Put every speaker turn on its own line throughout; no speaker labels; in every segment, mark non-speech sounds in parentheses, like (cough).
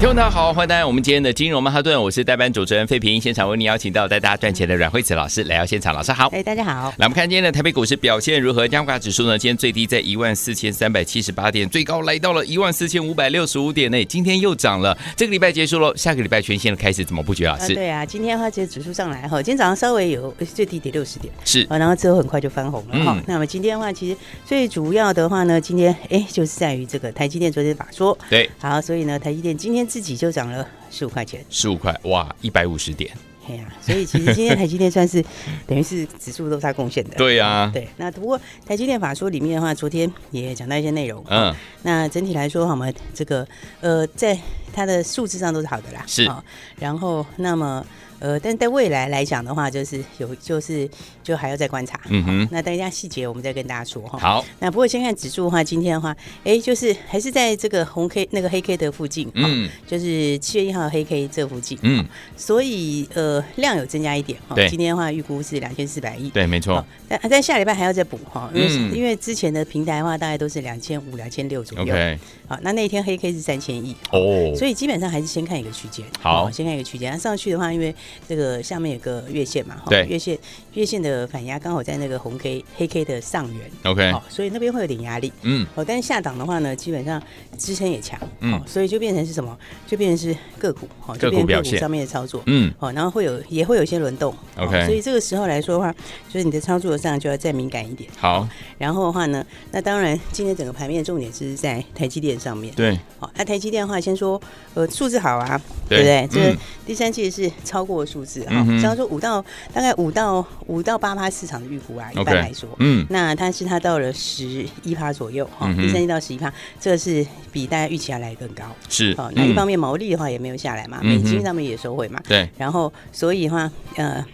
听众大家好，欢迎大家我们今天的金融曼哈顿，我是代班主持人费平，现场为您邀请到带大家赚钱的阮惠慈老师来到现场，老师好。
哎，大家好。
来，我们看今天的台北股市表现如何？加权指数呢？今天最低在一万四千三百七十八点，最高来到了一万四千五百六十五点呢。今天又涨了，这个礼拜结束喽，下个礼拜全新的开始，怎么布局？老
啊，
师
对啊，今天花旗指数上来哈，今天早上稍微有呃最低跌六十点，
是
哦，然后之后很快就翻红了哈、
嗯
那么今天的话，其实最主要的话呢，今天哎就是在于这个台积电昨天法说，
对，
好，所以呢，台积电今天自己就涨了十五块钱，
十五块，哇，一百五十点，
嘿呀、所以其实今天台积电算是 (laughs) 等于是指数都是它贡献的。
对啊
对。那不过台积电法说里面的话，昨天也讲到一些内容。
嗯，
那整体来说，我们这个呃，在它的数字上都是好的啦。
是
然后，那么呃，但在未来来讲的话，就是有就是就还要再观察。
嗯哼
好那等一下细节我们再跟大家说哈。。
好，
那不过先看指数的话，今天的话，哎，就是还是在这个红 K 那个黑 K 的附近，嗯，
嗯
就是七月一号黑 K 这附近，
嗯，
所以呃量有增加一点哈
对
今天的话预估是两千四百亿。
对，没
好
错
但啊但下礼拜还要再补哈，因为、
嗯
因为之前的平台的话大概都是两千五、两千六左右。
，OK，
好，那那一天黑 K 是三千亿，
哦，
所以基本上还是先看一个区间。
好
哦先看一个区间。那上去的话，因为这个下面有个月线嘛，哈
对
月线月线的反压刚好在那个红 K 黑 K 的上缘，
哦 OK，
好，所以那边会有点压力。
嗯，
哦，但是下档的话呢，基本上支撑也强，
嗯
哦，所以就变成是什么？就变成是个股，哦，
个
就
股
变成
表
个股
现
上面的操作，
嗯，
哦，然后会有也会有一些轮动哦
OK
所以这个时候来说的话，就是你的操作上就要再敏感一点。
好，
然后的话呢，那当然今天整个盘面重点是在台积电上面，
对，
好、那台积电的话，先说呃数字好啊，
对
对不对？
嗯
这个第三季是超过数字啊
嗯，哼
只要说五到大概五到五到八趴市场的预估啊，一
OK
般来说。
嗯，
那但是它到了十一趴左右哈，
嗯哼
第三季到十一趴，这是比大家预期要来得更高。
是嗯
哦，，那一方
面，
面毛利的话也没有下来嘛，
嗯哼
美金上面也收回嘛，
对，
然后所以的话，呃，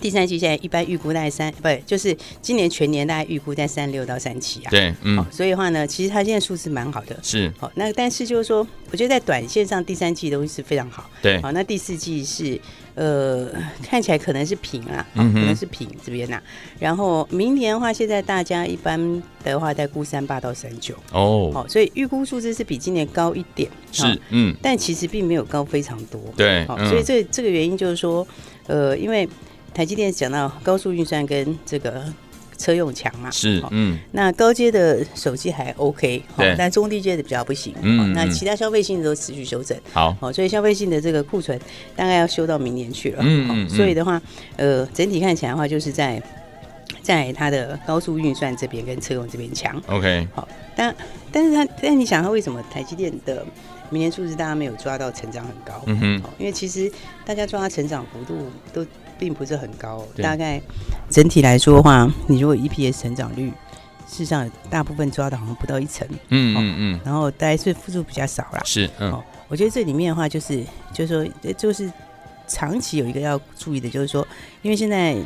第三季现在一般预估大概三，不就是今年全年大概预估在三六到三七啊。
对，嗯
哦，，所以的话呢，其实它现在数字蛮好的。
是，
好、那但是就是说，我觉得在短线上第三季都是非常好。
对
好、，那第四季是呃，看起来可能是平啊，哦
嗯哼
可能是平这边呐、然后明年的话，现在大家一般的话在估三八到三九，
哦，
好、所以预估数字是比今年高一点，哦
是，嗯，
但其实并没有高非常多。
对，
好、
嗯
所以这这个原因就是说，呃，因为台积电讲到高速运算跟这个车用强嘛，
是
好，
嗯，
那高阶的手机还 OK，好
对，
但中低阶的比较不行。
嗯
好
嗯
那其他消费性的都持续修正。
好，
好，所以消费性的这个库存大概要修到明年去了。
嗯
好
嗯嗯
所以的话，呃，整体看起来的话，就是在在它的高速运算这边跟车用这边强。
OK，
好，但但是它，但你想它为什么台积电的明年数字大家没有抓到成长很高？
嗯哼，
哦好因为其实大家抓它成长幅度都并不是很高，哦
对
大概整体来说的话，你如果 EPS 成长率，事实上大部分抓的好像不到一成，
嗯嗯嗯，
然后大概是付出比较少啦。
是，嗯
哦，我觉得这里面的话，就是就是说，呃就是长期有一个要注意的，就是说，因为现在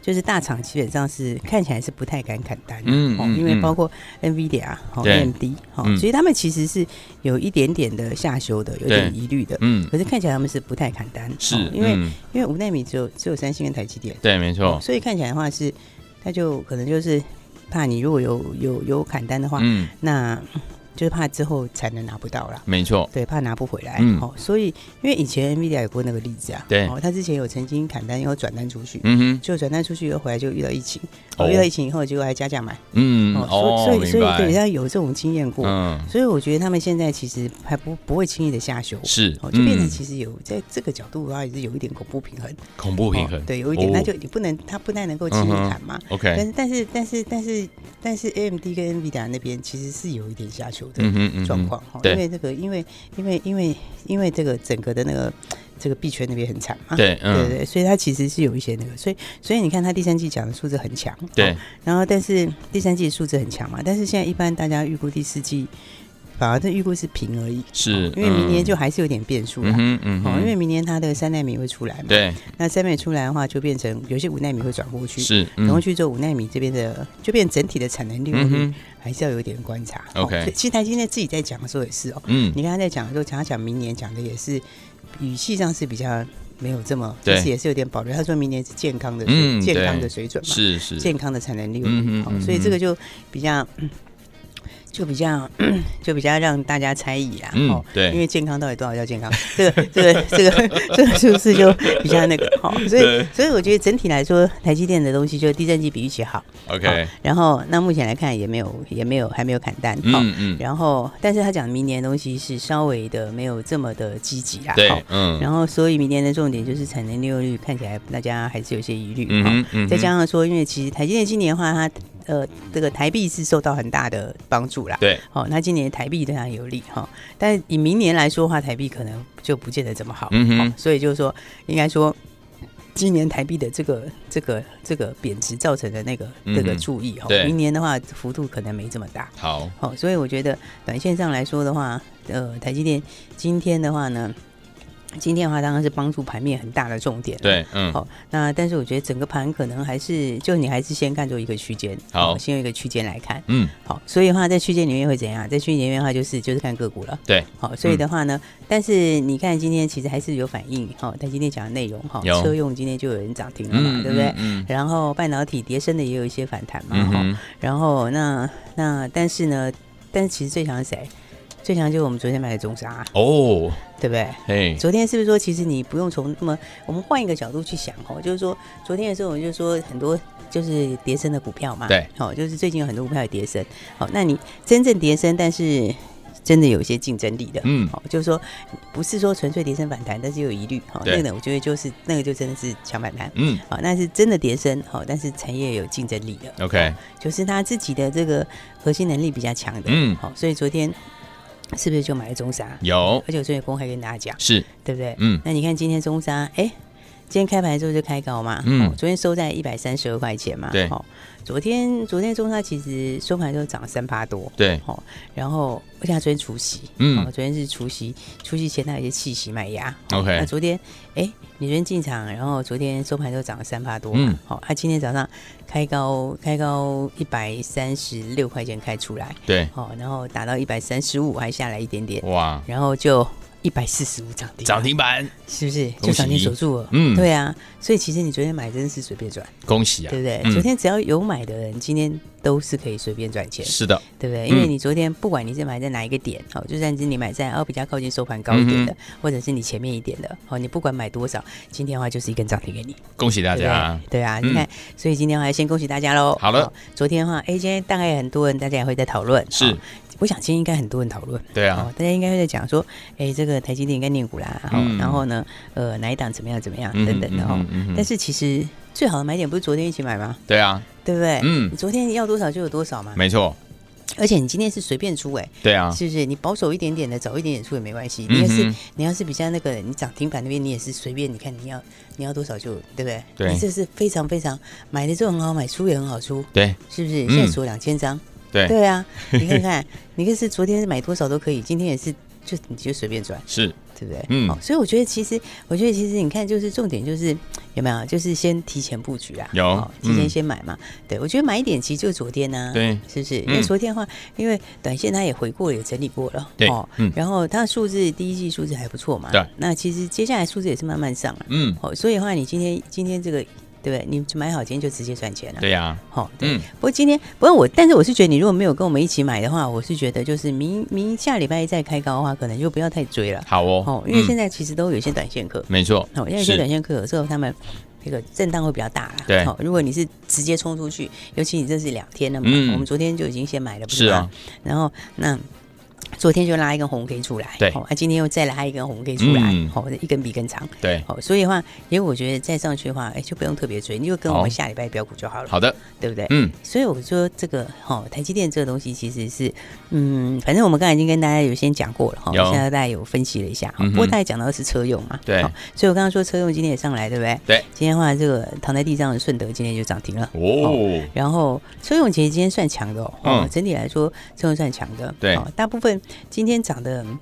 就是大厂基本上是看起来是不太敢砍单的，
嗯
哦
嗯
因为
嗯
包括 NVIDIA、哦
对
AMD、哦
嗯，
所以他们其实是有一点点的下修的，有点
对
疑虑的。
嗯，
可是看起来他们是不太砍单，
是
哦，因为、
嗯
因为五纳米只有只有三星跟台积电，
对，没错，
所以看起来的话是，他就可能就是怕你如果有有有砍单的话，
嗯，
那就是怕之后产能拿不到啦。
没错，
对，怕拿不回来。
嗯
哦，所以因为以前 NVIDIA 有过那个例子啊，
对
哦，他之前有曾经砍单，然后转单出去，
嗯哼，
就转单出去以后回来就遇到疫情，
哦
哦，遇到疫情以后结果还加价买，
嗯，哦，
所以所
明
以所以
白
对，，他有这种经验过，
嗯，
所以我觉得他们现在其实还不不会轻易的下修，
是，
哦，就变成
嗯，
其实有在这个角度的话也是有一点恐怖平衡，
恐怖平
哦
衡，
对，有一点，那
哦
就你不能，他不太能够轻易
嗯哼哎
砍嘛。但
，OK，
是但是但是但是但是 AMD 跟 NVIDIA 那边其实是有一点下修的，
嗯哼嗯哼
状况哈，
对
因为这个，因为因为因为因为这个整个的那个这个币圈那边很惨嘛，
对嗯
啊对对，所以它其实是有一些那个，所以所以你看它第三季讲的数字很强，
对
哦，然后但是第三季数字很强嘛，但是现在一般大家预估第四季反而这预估是平而已，
是
因为明年
嗯
就还是有点变数
嗯
啦。
哼嗯
哦，
哼，
因为明年它的三纳米会出来嘛，，
对
那三纳米出来的话，就变成有些五纳米会转过去，
是，
转过
嗯
去之后五纳米这边的就变整体的产能利用
嗯
率
哼
还是要有点观察。哦
OK
所以其实台积电自己在讲的时候也是哦，
嗯
你看他在讲的时候，讲他讲明年讲的也是语气上是比较没有这么，
对
其实也是有点保留。他说明年是健康的水、
嗯
健康
对
的水准嘛，
是是
健康的产能利用
嗯
率，
哼
好
嗯
所以这
哼
个就比较。嗯就比较 (clears throat) 就比较让大家猜疑啦，
嗯
哦
对
因为健康到底多少叫健康？ (laughs) 这个这个这个这个是不是就比较那个？
(laughs)
好、所以
对
所以我觉得整体来说，台积电的东西就地震机比预期好。
OK，
好然后那目前来看也没有也没有还没有砍单，好
嗯嗯，
然后，但是他讲明年的东西是稍微的没有这么的积极啦。
对
好，
嗯
然后，所以明年的重点就是产能利用率，看起来大家还是有些疑虑。
嗯
哈
哼嗯哼，
再加上说，因为其实台积电今年的话，它呃这个台币是受到很大的帮助啦。
对
好、那今年台币对它有利哈、但以明年来说的话，台币可能就不见得这么好。
嗯哼
好所以就是说，应该说。今年台币的这个、这个、这个贬值造成的那个、这
嗯
个
哼
注意哈、
对
明年的话幅度可能没这么大。
好
好、所以我觉得短线上来说的话，呃，台积电今天的话呢，今天的话当然是帮助盘面很大的重点。。
对嗯
好、那但是我觉得整个盘可能还是，就你还是先看作一个区间，
好
哦先用一个区间来看。
嗯
好、所以的话在区间里面会怎样？在区间里面的话就是就是看个股了。
对嗯
好、所以的话呢，但是你看今天其实还是有反应，哈、台积电讲的内容哈，
有
车用今天就有人涨停了嘛，对不对？
嗯
然后半导体跌升的也有一些反弹嘛，
嗯
哈、
哼
然后那那但是呢，但是其实最强是谁？最强就是我们昨天买的中沙啊，
哦
对不对？
嘿
昨天是不是说，其实你不用从那么，我们换一个角度去想哦，就是说，昨天的时候我就说很多就是跌升的股票嘛，
对，
好、就是最近有很多股票也跌升，好、那你真正跌升，但是真的有一些竞争力的，
嗯
好、就是说不是说纯粹跌升反弹，但是又有疑虑，好、
对
那个呢，我觉得就是那个就真的是强反弹，
嗯
好、那是真的跌升，好、但是产业有竞争力的，哦
OK
就是他自己的这个核心能力比较强的，
嗯
好、所以昨天是不是就买了中沙？
有
而且我昨天有公开跟大家讲，
是
对不对？
嗯
那你看今天中沙，哎，今天开盘之后就开高嘛，
嗯
哦昨天收在一百三十二块钱嘛，
对
哦，昨天昨天中沙其实收盘之后涨三八多，
对
哦，然后而且它昨天除夕，
嗯
哦，昨天是除夕，除夕前它有些气息卖压
OK
那昨天，哎，你昨天进场，然后昨天收盘都涨了三趴多嘛，
嗯
好、它今天早上开高，开高一百三十六块钱开出来，
对
哦，然后打到一百三十五，还下来一点点，
哇
然后就一百四十五涨停，啊
涨，停板
是不是
恭喜
就涨停锁住了？
嗯
对啊，所以其实你昨天买真的是随便赚，
恭喜啊
对不对？
嗯
昨天只要有买的人，今天都是可以随便赚钱，
是的
对不对？因为
嗯
你昨天不管你是买在哪一个点，哦，就算是你买在哦比较靠近收盘高一点的，
嗯
或者是你前面一点的，哦，你不管买多少，今天的话就是一根涨停给你，
恭喜大
对不
家
对？对啊，
嗯
你看，所以今天的话先恭喜大家喽。
好了
哦昨天的话，哎，今天大概很多人大家也会在讨论，
是
哦我想今天应该很多人讨论。
对
哦
啊，
大家应该会在讲说，哎，这个台积电应该念股啦，好、
嗯
然后呢，呃，哪一档怎么样怎么样
嗯
等等的哦。
嗯嗯嗯嗯
但是其实最好的买点不是昨天一起买吗？
对啊
对不对？
嗯
你昨天要多少就有多少嘛，
没错
而且你今天是随便出哎、
对啊
是不是？你保守一点点的，早一点点出也没关系。
嗯
你也是
哼，
你要是比较那个，你涨停板那边你也是随便，你看你要你要多少就对不对？
对
你这是非常非常买的就很好买，出也很好出，
对
是不是？
嗯
现在锁两千张，
对
对啊，你看看，你看是昨天买多少都可以，今天也是就你就随便赚，
是
对不对？
嗯
好所以我觉得其实，我觉得其实你看，就是重点就是有没有，就是先提前布局啊，
有
好提前
嗯
先买嘛。对我觉得买一点其实就是昨天呢、
对
是不是？因为
嗯
昨天的话，因为短线它也回过了，也整理过了，
对嗯
然后它的数字第一季数字还不错嘛，
对。
那其实接下来数字也是慢慢上了、
嗯
哦，所以的话，你今天今天这个对不对？你买好，今天就直接赚钱了，
对呀
好、对。
嗯
不过今天，不过我，但是我是觉得你如果没有跟我们一起买的话，我是觉得就是明明下礼拜一再开高的话，可能就不要太追了。
好哦
哦，因为
嗯
现在其实都有一些短线客，
没错
哦，因为有些
是
短线客有时候他们那个震荡会比较大啦。
对
哦，如果你是直接冲出去，尤其你这是两天了嘛，
嗯
我们昨天就已经先买了，不
是
吗
啊，
然后那。昨天就拉一根红 K 出来，
对
哦，那、今天又再拉一根红 K 出来，
嗯
哦，一根比一根长，
对
哦，所以的话，因为我觉得再上去的话，哎，就不用特别追，你就跟我
好
们下礼拜标股就好了，
好的
对不对？
嗯
所以我说这个哈、哦，台积电这个东西其实是，嗯，反正我们刚才已经跟大家有先讲过了哈，
有
现在大家有分析了一下，哈
嗯哼
不过大家讲到的是车用嘛，
对
好所以我刚刚说车用今天也上来，对不对？
对，
今天的话这个躺在地上的顺德今天就涨停了。
哦
然后车用其实今天算强的哦，哦
嗯
整体来说车用算强的，
对
大部分今天涨的嗯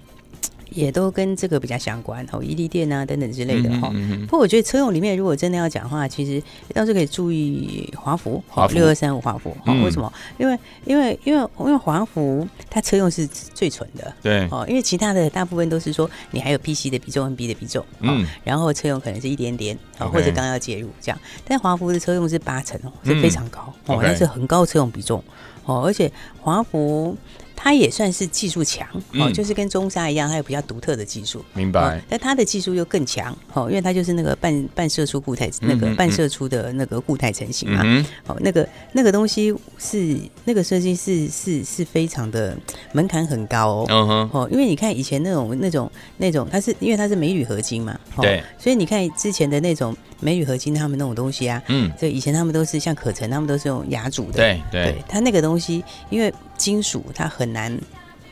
也都跟这个比较相关，哦，伊利电啊等等之类的哈。
嗯哼嗯哼
不过我觉得车用里面，如果真的要讲的话，其实倒是可以注意华孚，
华孚
六二三五华孚。好、
嗯
为什么？因为因为因为因为华孚它车用是最纯的
对，
哦，因为其他的大部分都是说你还有 PC 的比重跟 B 的比重，哦、
嗯，
然后车用可能是一点点啊，
OK
或者刚要介入这样。但华孚的车用是八成哦，是非常高、
嗯
哦，
OK
那是很高车用比重哦，而且华孚它也算是技术强哦，
嗯
就是跟中沙一样，它有比较独特的技术。
明
哦
白，
但它的技术又更强哦，因为它就是那个半半射出固态那
嗯
个
嗯
半射出的那个固态成型嘛，
嗯哼，
哦，那个那个东西是那个设计是是是非常的门槛很高哦，
嗯哼，
哦，因为你看以前那种那种那种，它是因为它是镁铝合金嘛，哦、
对，
所以你看之前的那种镁铝合金他们那种东西啊，
嗯，
所以以前他们都是像可成，他们都是用牙组的，
对对，
它那个东西因为金属它很难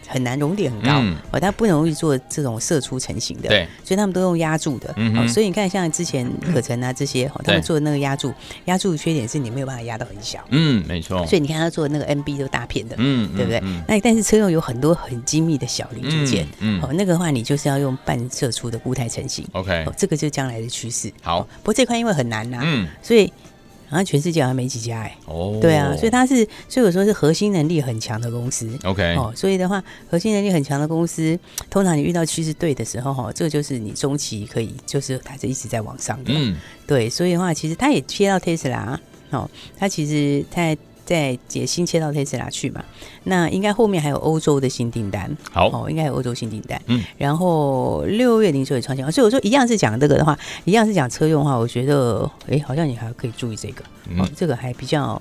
很难熔点很高，
嗯
哦，它不容易做这种射出成型的，，
对，
所以他们都用压铸的，
嗯哼
哦，所以你看像之前可成啊这些，哦，他
对
们做的那个压铸，压铸的缺点是你没有办法压到很小，
嗯，没错，
所以你看他做的那个 NB 都大片的，
嗯，
对不对
嗯？
那但是车用有很多很精密的小零组件，
嗯嗯
哦，那个话你就是要用半射出的固态成型，
？OK，
哦，这个就是将来的趋势。
好，
不过这块因为很难呐、
嗯，
所以好像全世界好像没几家哎、
哦，
对啊，所以它是，所以我说是核心能力很强的公司。
OK，
哦，所以的话，核心能力很强的公司，通常你遇到趋势对的时候，哈、哦，这个就是你中期可以，就是它是一直在往上的。
嗯，
对，所以的话，其实它也切到 Tesla，哦，它其实在在也新切到 Tesla 去嘛。那应该后面还有欧洲的新订单，
好，
哦，应该有欧洲新订单。
嗯
嗯，然后六月零售也创新高，所以我说一样是讲这个的话，一样是讲车用的话，我觉得哎，好像你还可以注意这个，
嗯
哦，这个还比较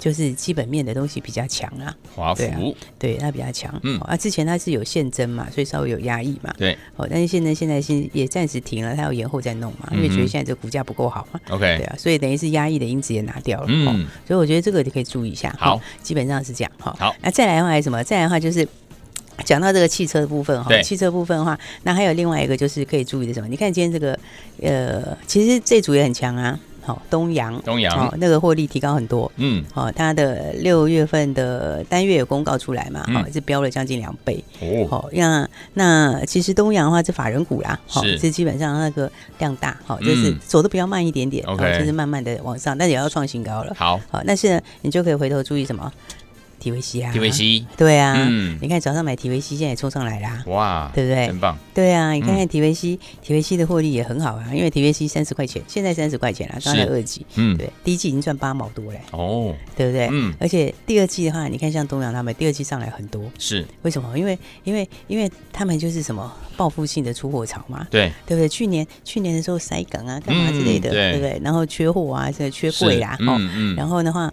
就是基本面的东西比较强啊，
华
对啊
服，
对，它比较强。
嗯
嗯，啊，之前它是有现增嘛，所以稍微有压抑嘛。
对，
哦，但是现在现在是也暂时停了，它要延后再弄嘛，因为觉
嗯
得
哼
现在这股价不够好嘛。对
OK，
啊，所以等于是压抑的因子也拿掉了。嗯、
嗯，
所以我觉得这个你可以注意一下。
好
哦基本上是这样哈。
好
那再来的话还有什么？再来的话就是。讲到这个汽车的部分哈
对，
汽车部分的话，那还有另外一个就是可以注意的什么？你看今天这个，呃，其实这组也很强啊，好、东阳，
东
好、
阳，
那个获利提高很多，
嗯，
哦，它的六月份的单月有公告出来嘛，
嗯
哈、是飙了将近两倍，
哦，
哦，那那其实东阳的话，这法人股啦，好、
是
这基本上那个量大，好、就是
嗯
走的比较慢一点点，
OK
就是慢慢的往上，但也要创新高了。
好，
好、但是呢，你就可以回头注意什么？体维 C 啊，
t v c
对啊，
嗯，
你看早上买体维 C，现在也冲上来啦。
哇，
对不对
真？棒，
对啊，你看
嗯
看体维 C，、体维 C 的获利也很好啊，因为体维 C 三十块钱，现在三十块钱啦，刚才
是
二级，
嗯，
对，第一季已经赚八毛多嘞，
哦，
对不对？
嗯，
而且第二季的话，你看像东阳他们第二季上来很多，
是
为什么？因为因为因为他们就是什么报复性的出货潮嘛，
对，
对不对？去年去年的时候塞港啊，干嘛之类
嗯
的，
对
对不对？然后缺货啊，这缺
是
柜啦，哦、
嗯
然
后
后的话，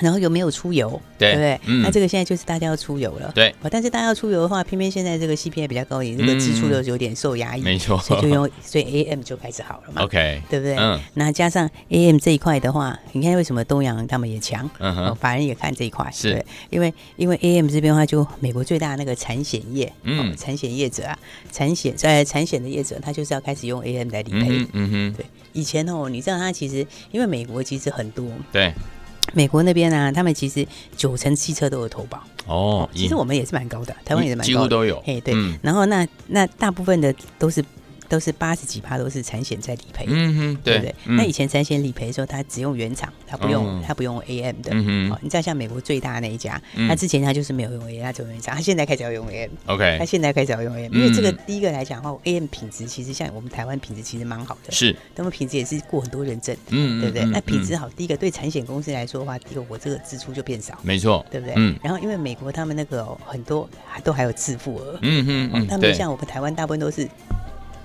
然后又没有出游，
对
对不对？
嗯
那这个现在就是大家要出游了，
对
哦。但是大家要出游的话，偏偏现在这个 CPI 比较高，你这
嗯
个支出又有点受压抑，
没错
所以就用所以 AM 就开始好了嘛。
，OK，
对不对？
嗯
那加上 AM 这一块的话，你看为什么东阳他们也强？
嗯
哦，
哼，
法人也看这一块，
是
对，因为因为 AM 这边的话，就美国最大那个产险业，
嗯
嗯，产险业者啊，产险呃产险的业者，他就是要开始用 AM 来理
嗯
赔。
哼，嗯哼，
对，以前哦，你知道他其实因为美国其实很多，
对，
美国那边啊，他们其实九成汽车都有投保，
哦，
其实我们也是蛮高的，台湾也是蛮
几
高
乎
的，
都有，
嘿，对。
嗯
然后那那大部分的都是都是八十几趴都是产险在理赔。
嗯哼，
对不
对
对？，那以前产险理赔的时候，它只用原厂，它不用、
哦
它不用 AM 的。
嗯
哦
哼，
你知道像美国最大那一家，
嗯
他之前他就是没有用 AM，他只有用厂，他现在开始要用 AM，他
，OK，
现在开始要用 AM，因为这个
哎嗯
第一个来讲的话，AM 品质其实像我们台湾品质其实蛮好的，
是，
他们品质也是过很多认证，
嗯，
对不对？
嗯
那品质，
嗯
好，第一个对产险公司来说的话，第一个我这个支出就变少
嗯，没错，
对不对？
嗯
然后因为美国他们那个哦很多还都还有自付额，
嗯哼，嗯，
他们不
对
哦像我们台湾大部分都是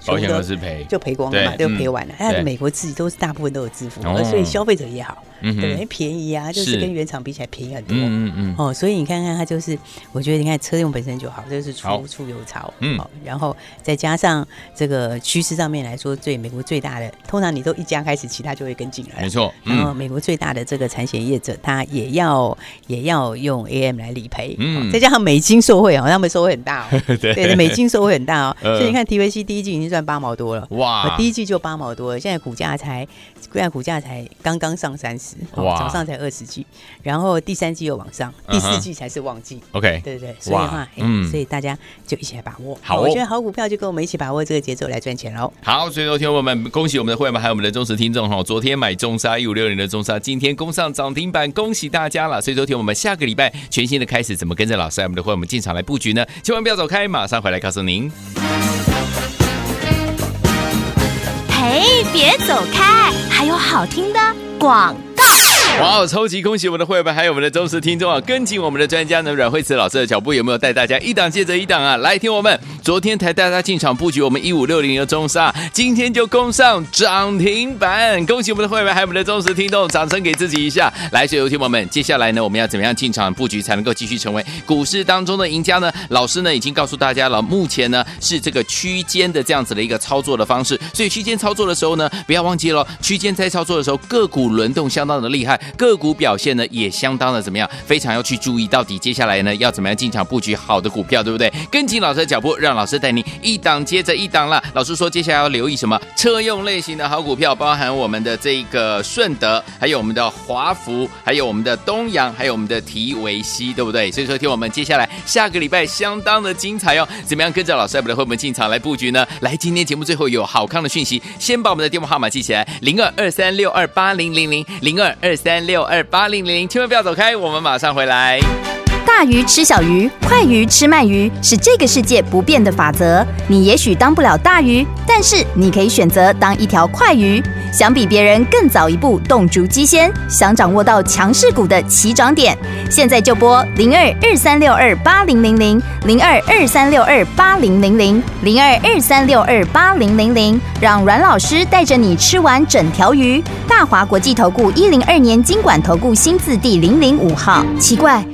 保险
全部
公
都
司赔，
就赔光了嘛，
对
就
嗯
赔完了。但
对
是美国自己都是大部分都有支付，
哦
所以消费者也好，
嗯
对不对？
哼，
便宜啊，就是是跟原厂比起来便宜很多。
嗯嗯嗯，
哦，所以你看看它就是，我觉得你看车用本身就好，就是
好
出出油槽，
嗯
哦，然后再加上这个趋势上面来说，最美国最大的，通常你都一家开始，其他就会跟进来
没。错，
然后
嗯，
美国最大的这个产险业者，他也要也要用 AM 来理赔，
嗯
嗯，再加上美金受惠哦，他们受惠很大哦，
(laughs) 对
对，美金受惠很大哦，
呃
所以你看 TVC 第一季已经赚八毛多了。
哇，
我第一季就八毛多了，现在股价才，现在股价才刚刚上三十，十，哦
哇
早上才二十季，然后第三季又往上，第
嗯
四
哼
季才是旺季。
OK，
对对对，所以的
哇
话，哎
嗯
所以大家就一起来把握。
好哦
我觉得好股票就跟我们一起把握这个节奏来赚钱喽。
好，所以说，听众朋友们，恭喜我们的会员们，还有我们的忠实听众哈！昨天买中沙一五六零的中沙，今天攻上涨停板，恭喜大家了！所以说，听我们下个礼拜全新的开始，怎么跟着老师还有我们的会员们进场来布局呢？千万不要走开，马上回来告诉您。
嘿，别走开，还有好听的广告。
哇哦！超级恭喜我们的会员们，还有我们的忠实听众啊！跟紧我们的专家呢阮慧慈老师的脚步，有没有带大家一档接着一档啊？来听我们昨天才带大家进场布局我们一五六零的中沙，今天就攻上涨停板，恭喜我们的会员们，还有我们的忠实听众，掌声给自己一下！来，所有听友们，接下来呢，我们要怎么样进场布局才能够继续成为股市当中的赢家呢？老师呢已经告诉大家了，目前呢是这个区间的这样子的一个操作的方式，所以区间操作的时候呢，不要忘记了区间在操作的时候，个股轮动相当的厉害，个股表现呢也相当的怎么样，非常要去注意，到底接下来呢要怎么样进场布局好的股票，对不对？跟紧老师的脚步，让老师带你一档接着一档啦。老师说接下来要留意什么车用类型的好股票，包含我们的这个顺德，还有我们的华福，还有我们的东阳，还有我们的提维西，对不对？所以说，听我们接下来下个礼拜相当的精彩哦。怎么样跟着老师我们的会我们进场来布局呢？来，今天节目最后有好康的讯息，先把我们的电话号码记起来：零二二三六二八零零零零二二三六二八零零零，千万不要走开，我们马上回来。
大鱼吃小鱼，快鱼吃慢鱼，是这个世界不变的法则。你也许当不了大鱼，但是你可以选择当一条快鱼。想比别人更早一步动足机先，想掌握到强势股的起涨点，现在就拨零二二三六二八零零零零二二三六二八零零零零二二三六二八零零零，让阮老师带着你吃完整条鱼。大华国际投顾一零二年经管投顾新字第零零五号。奇怪，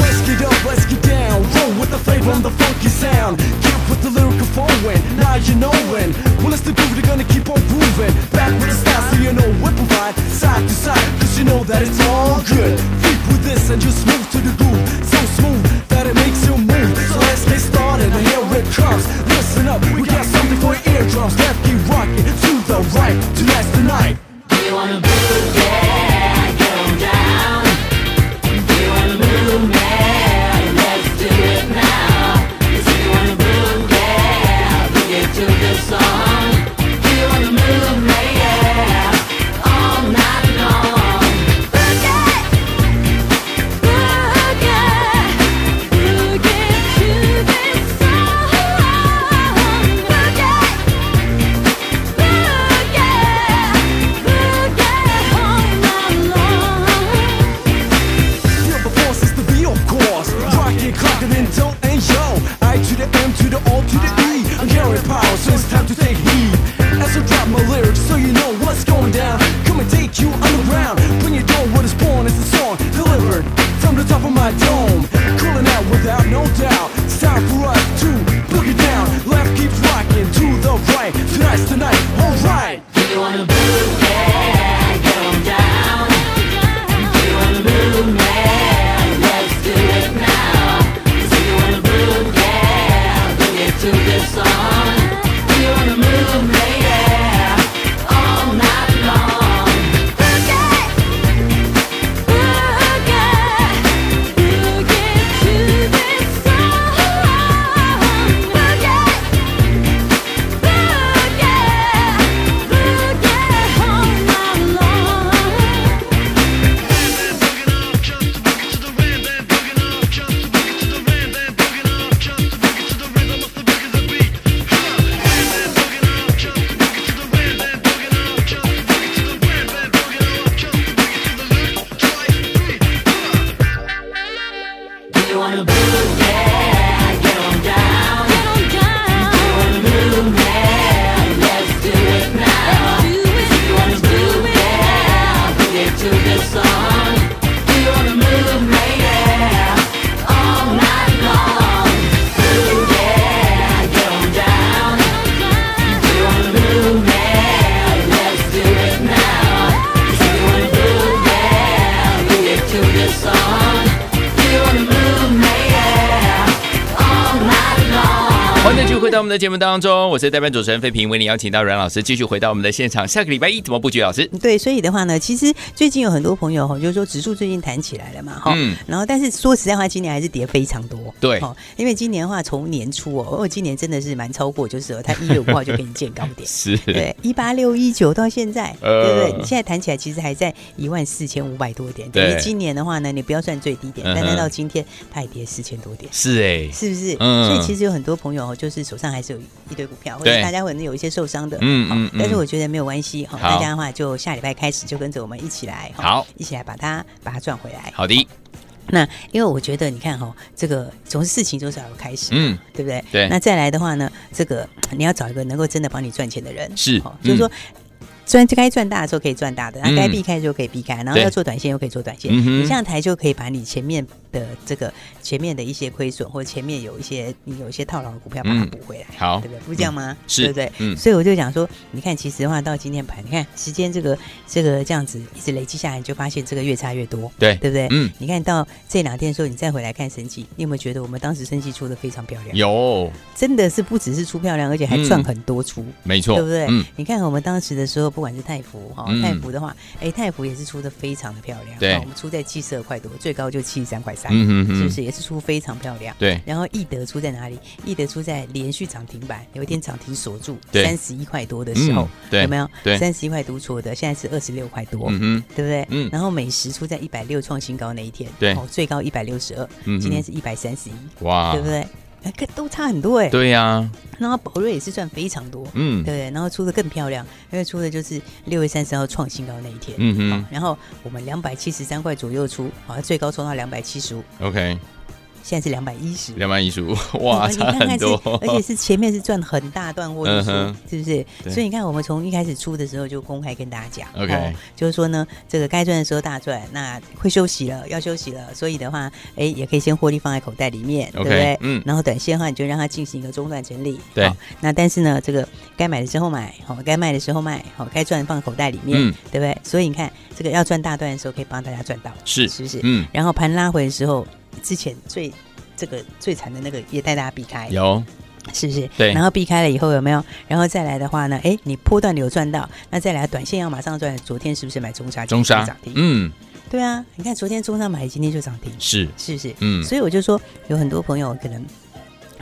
Whisk it up, let's get down. Roll with the flavor and the funky sound. Get with the lyrical flowing. Now you know when. Well, it's the groove they're gonna keep on grooving. Back with the style so you know what provide. Side to side, cause you know that it's all good. Deep with this and just move to the groove. So smooth that it makes you move. So let's get started. and Here it comes. Listen up, we got something for your eardrums. Left keep rocking to the right. Tonight's the night. Feel the force is the beat, of course. Rock it, clock it, and don't and yo. I to the M to the O to the E. I'm carrying power, so it's time to take heed. As I drop my lyrics, so you know what's going down. Come and take you underground. When you know what is born, it's a song delivered from the top of my dome. Cooling out without no doubt. It's time for us to book it down. Left keeps rocking to the right. Tonight's the night, alright.
wanna
回到我们的节目当中，我是代班主持人费平，为你邀请到阮老师继续回到我们的现场。下个礼拜一怎么布局？老师，
嗯对，所以的话呢，其实最近有很多朋友哈，就是说指数最近弹起来了嘛哈，
嗯
然后但是说实在话，今年还是跌非常多，
对。
哦，因为今年的话从年初哦，哦，今年真的是蛮超过，就是哦，它一月五号就给你见高
(laughs)
点
是
对，一八六一九到现在，
呃
对不对？你现在谈起来，其实还在一万四千五百多点。等于
对
今年的话呢，你不要算最低点，
嗯哼
但是到今天它也跌四千多点。
是哎，
是不是？
嗯
所以其实有很多朋友哦就是手上还是有一堆股票，或
对
者大家可能有一些受伤的，
嗯嗯
哦
嗯
但是我觉得没有关系哈，哦
好
大家的话就下礼拜开始就跟着我们一起来，哦
好，
一起来把它把它赚回来。
好的，
那因为我觉得你看哈，这个总是事情总是要有开始，
嗯，
对不对？
对
那再来的话呢，这个你要找一个能够真的帮你赚钱的人，
是
哦就是说。赚该赚大的时候可以赚大的，那
嗯
该避开的时候可以避开，然后
对
要做短线又可以做短线，
嗯哼
你上台就可以把你前面的这个前面的一些亏损，或者前面有一些你有一些套牢的股票把它
嗯
补回来，
好
对不对？不是这样吗？
是
对不对？
嗯
所以我就想说，你看，其实的话到今天盘，你看时间这个这个这样子一直累积下来，你就发现这个越差越多，
对
对不对？
嗯，
你看到这两天的时候，你再回来看生计，你有没有觉得我们当时生计出的非常漂亮？
有，
真的是不只是出漂亮，而且还赚很多出，
没错，
对不对？
嗯，
你看我们当时的时候，不管是泰福哈、哦
嗯
泰福的话，哎，泰福也是出的非常的漂亮，
对
哦我们出在七十二块多，最高就七十三块三、
嗯哼哼
是不是也是出非常漂亮？
对，
然后易德出在哪里？易德出在连续涨停板，有一天涨停锁住
对
三十一块多的时候
嗯，对
有没有？
对
三十一块多错的，现在是二十六块多，
嗯哼，
对不对？
嗯
然后美食出在一百六创新高那一天，
对
哦，最高一百六十二，
嗯哼
今天是一百三十一，
哇
对不对？哎，可都差很多哎、
对呀，
然后宝瑞也是赚非常多，
嗯
对不，对？然后出的更漂亮，因为出的就是六月三十号创新高那一天。
嗯哼
好然后我们两百七十三块左右出，啊，最高冲到两百七十五，
，OK，
现在是两百一十。
两万一十五， (laughs) 哇，
哦你
差
看
很
看是
多，，
而且是前面是赚很大段位数，
嗯哼
是不是？
对
所以你看，我们从一开始出的时候就公开跟大家讲哦
OK
就是说呢，这个该赚的时候大赚，那会休息了，要休息了，所以的话，哎，也可以先获利放在口袋里面
OK，
对不对？
嗯
然后短线的话，你就让它进行一个中断整理，
对
好那但是呢，这个该买的时候买，好、该卖的时候卖，好、该赚放口袋里面，
(laughs) 嗯
对不对？所以你看，这个要赚大段的时候，可以帮大家赚到，
是
是不是？
嗯，
然后盘拉回的时候，之前最这个最惨的那个也带大家避开，
有，
是不是？
对
然后避开了以后有没有？然后再来的话呢？哎，你波段你有赚到，那再来短线要马上赚。昨天是不是买中沙？
中
今天
沙
涨停，，
嗯，
对啊，你看昨天中沙买，今天就涨停，
是，
是不是？
嗯
所以我就说有很多朋友可能。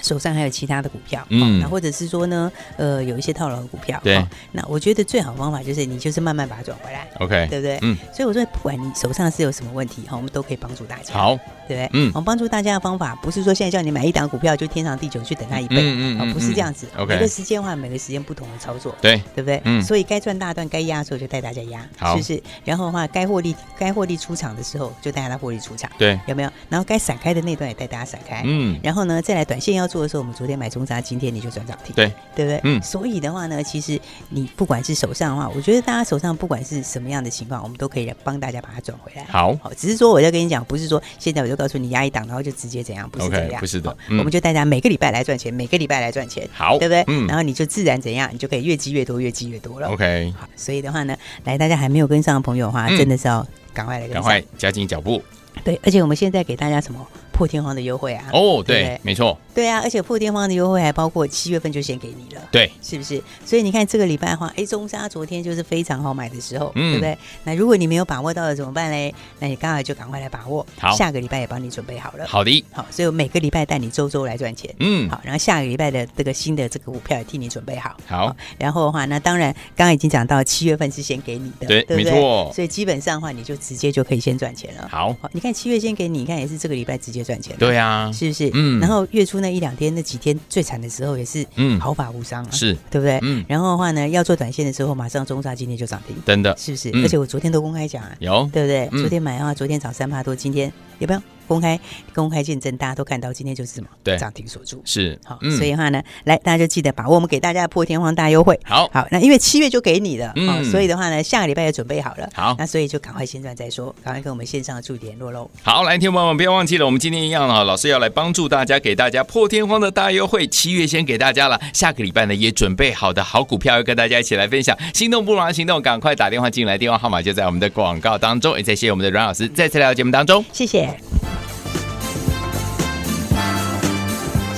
手上还有其他的股票，
嗯
嗯，那、或者是说呢，呃，有一些套牢的股票，
对
哦那我觉得最好的方法就是你就是慢慢把它转回来，
，OK，
对不对？
嗯，
所以我说，不管你手上是有什么问题，哦哈、我们都可以帮助大家，，
好，
对不对？
嗯
我们帮助大家的方法不是说现在叫你买一档股票就天长地久去等它一倍，
嗯嗯嗯
啊，不是这样子。
嗯，OK
每个时间换，每个时间不同的操作，
对，
对不对？
嗯
所以该赚大段，该压的时候就带大家压，
好
是不是？然后的话，该获利该获利出场的时候就带大家获利出场，
对，
有没有？然后该闪开的那段也带大家闪开，
嗯，
然后呢，再来短线要做的时候，我们昨天买中沙，今天你就赚涨停，
对
对不对？
嗯
所以的话呢，其实你不管是手上的话，我觉得大家手上不管是什么样的情况，我们都可以帮大家把它转回来。
好，
好，只是说我在跟你讲，不是说现在我就告诉你压一档，然后就直接怎样，不是
OK，
这样
不是的
好
嗯
我们就大家每个礼拜来赚钱，每个礼拜来赚钱，
好
对不对？
嗯
然后你就自然怎样，你就可以越积越多，越积越多了。
，OK，
好，所以的话呢，来大家还没有跟上的朋友的话，
嗯
真的是要赶快来跟
赶
上，
快加紧脚步，
对，而且我们现在给大家什么破天荒的优惠啊？
哦，
对
对，没错，
对啊，而且破天荒的优惠还包括七月份就先给你了。
对，
是不是？所以你看这个礼拜的话，哎，中沙昨天就是非常好买的时候，
嗯
对不对？那如果你没有把握到的怎么办嘞？那你刚好就赶快来把握，
好
下个礼拜也帮你准备好了。，
好的，
好，所以我每个礼拜带你周周来赚钱。
嗯，
好，然后下个礼拜的这个新的这个股票也替你准备好。
好，
然后的话，那当然刚刚已经讲到七月份是先给你的，
对
不
没
对？
错
所以基本上的话，你就直接就可以先赚钱了。
好，
好，你看七月先给你，你看也是这个礼拜直接赚钱。
对啊，
是不是？
嗯
然后月初那一两天那几天最惨的时候也是，
嗯
嗯，毫发无伤啊，
是，
对不对？
嗯
然后的话呢，要做短线的时候，马上中沙今天就涨停，
真的
是不是？
嗯
而且我昨天都公开讲啊，
有，
对不对？
嗯
昨天买的话，昨天涨三帕多，今天有没有公开公开见证？大家都看到，今天就是什么？
对
涨停锁住。
是，
好，
嗯
所以的话呢，来大家就记得把握我们给大家的破天荒大优惠。
好
好，那因为七月就给你了，
嗯
哦，所以的话呢，下个礼拜也准备好了。
好
那所以就赶快先赚再说，赶快跟我们线上的助理联络喽。
好，来，听众朋友们，不要忘记了，我们今天一样啊，老师要来帮助大家，给大家破天荒的大优惠，七月先给大家了，下个礼拜呢也准备好的好股票要跟大家一起来分享，心动不如行动，赶快打电话进来，电话号码就在我们的广告当中，也再谢谢我们的阮老师再次来到节目当中。
谢谢。
学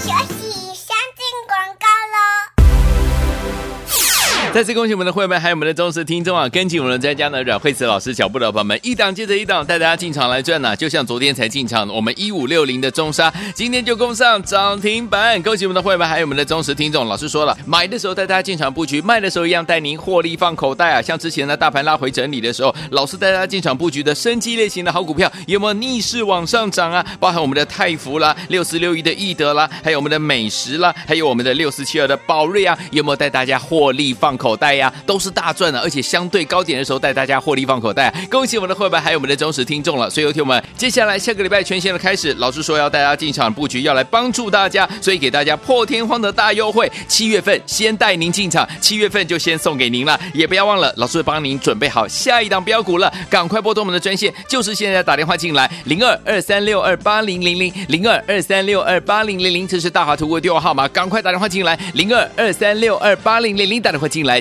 习相进广告
(laughs) 再次恭喜我们的会员，还有我们的忠实听众啊！跟紧我们的专家呢，阮慧慈老师脚步的朋友们，一档接着一档带大家进场来赚呐、就像昨天才进场，我们一五六零的中沙，今天就攻上涨停板。恭喜我们的会员，还有我们的忠实听众。老师说了，买的时候带大家进场布局，卖的时候一样带您获利放口袋啊！像之前呢，大盘拉回整理的时候，老师带大家进场布局的生机类型的好股票，有没有逆势往上涨啊？包含我们的泰福啦、六四六一的易德啦，还有我们的美食啦，还有我们的六四七二的宝瑞啊，有没有带大家获利放口袋呀、都是大赚的，而且相对高点的时候带大家获利放口袋、啊恭喜我们的会员还有我们的忠实听众了。所以，有听我们接下来下个礼拜全线的开始，老师说要带大家进场布局，要来帮助大家，所以给大家破天荒的大优惠，七月份先带您进场，七月份就先送给您了，也不要忘了，老师会帮您准备好下一档标股了，赶快拨通我们的专线，就是现在打电话进来，零二二三六二八零零零零二二三六二八零零零，这是大华图的电话号码，赶快打电话进来，零二二三六二八零零零，打电话进来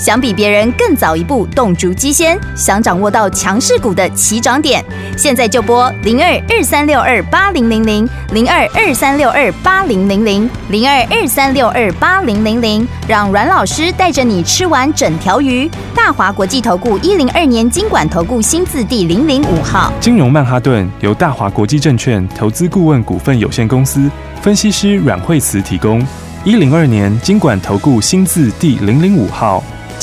想比别人更早一步动足机先，想掌握到强势股的起涨点，现在就拨零二二三六二八零零零零二二三六二八零零零零二二三六二八零零零，让阮老师带着你吃完整条鱼。大华国际投顾一零二年经管投顾新字第零零五号。
金融曼哈顿由大华国际证券投资顾问股份有限公司分析师阮惠慈提供。一零二年经管投顾新字第零零五号。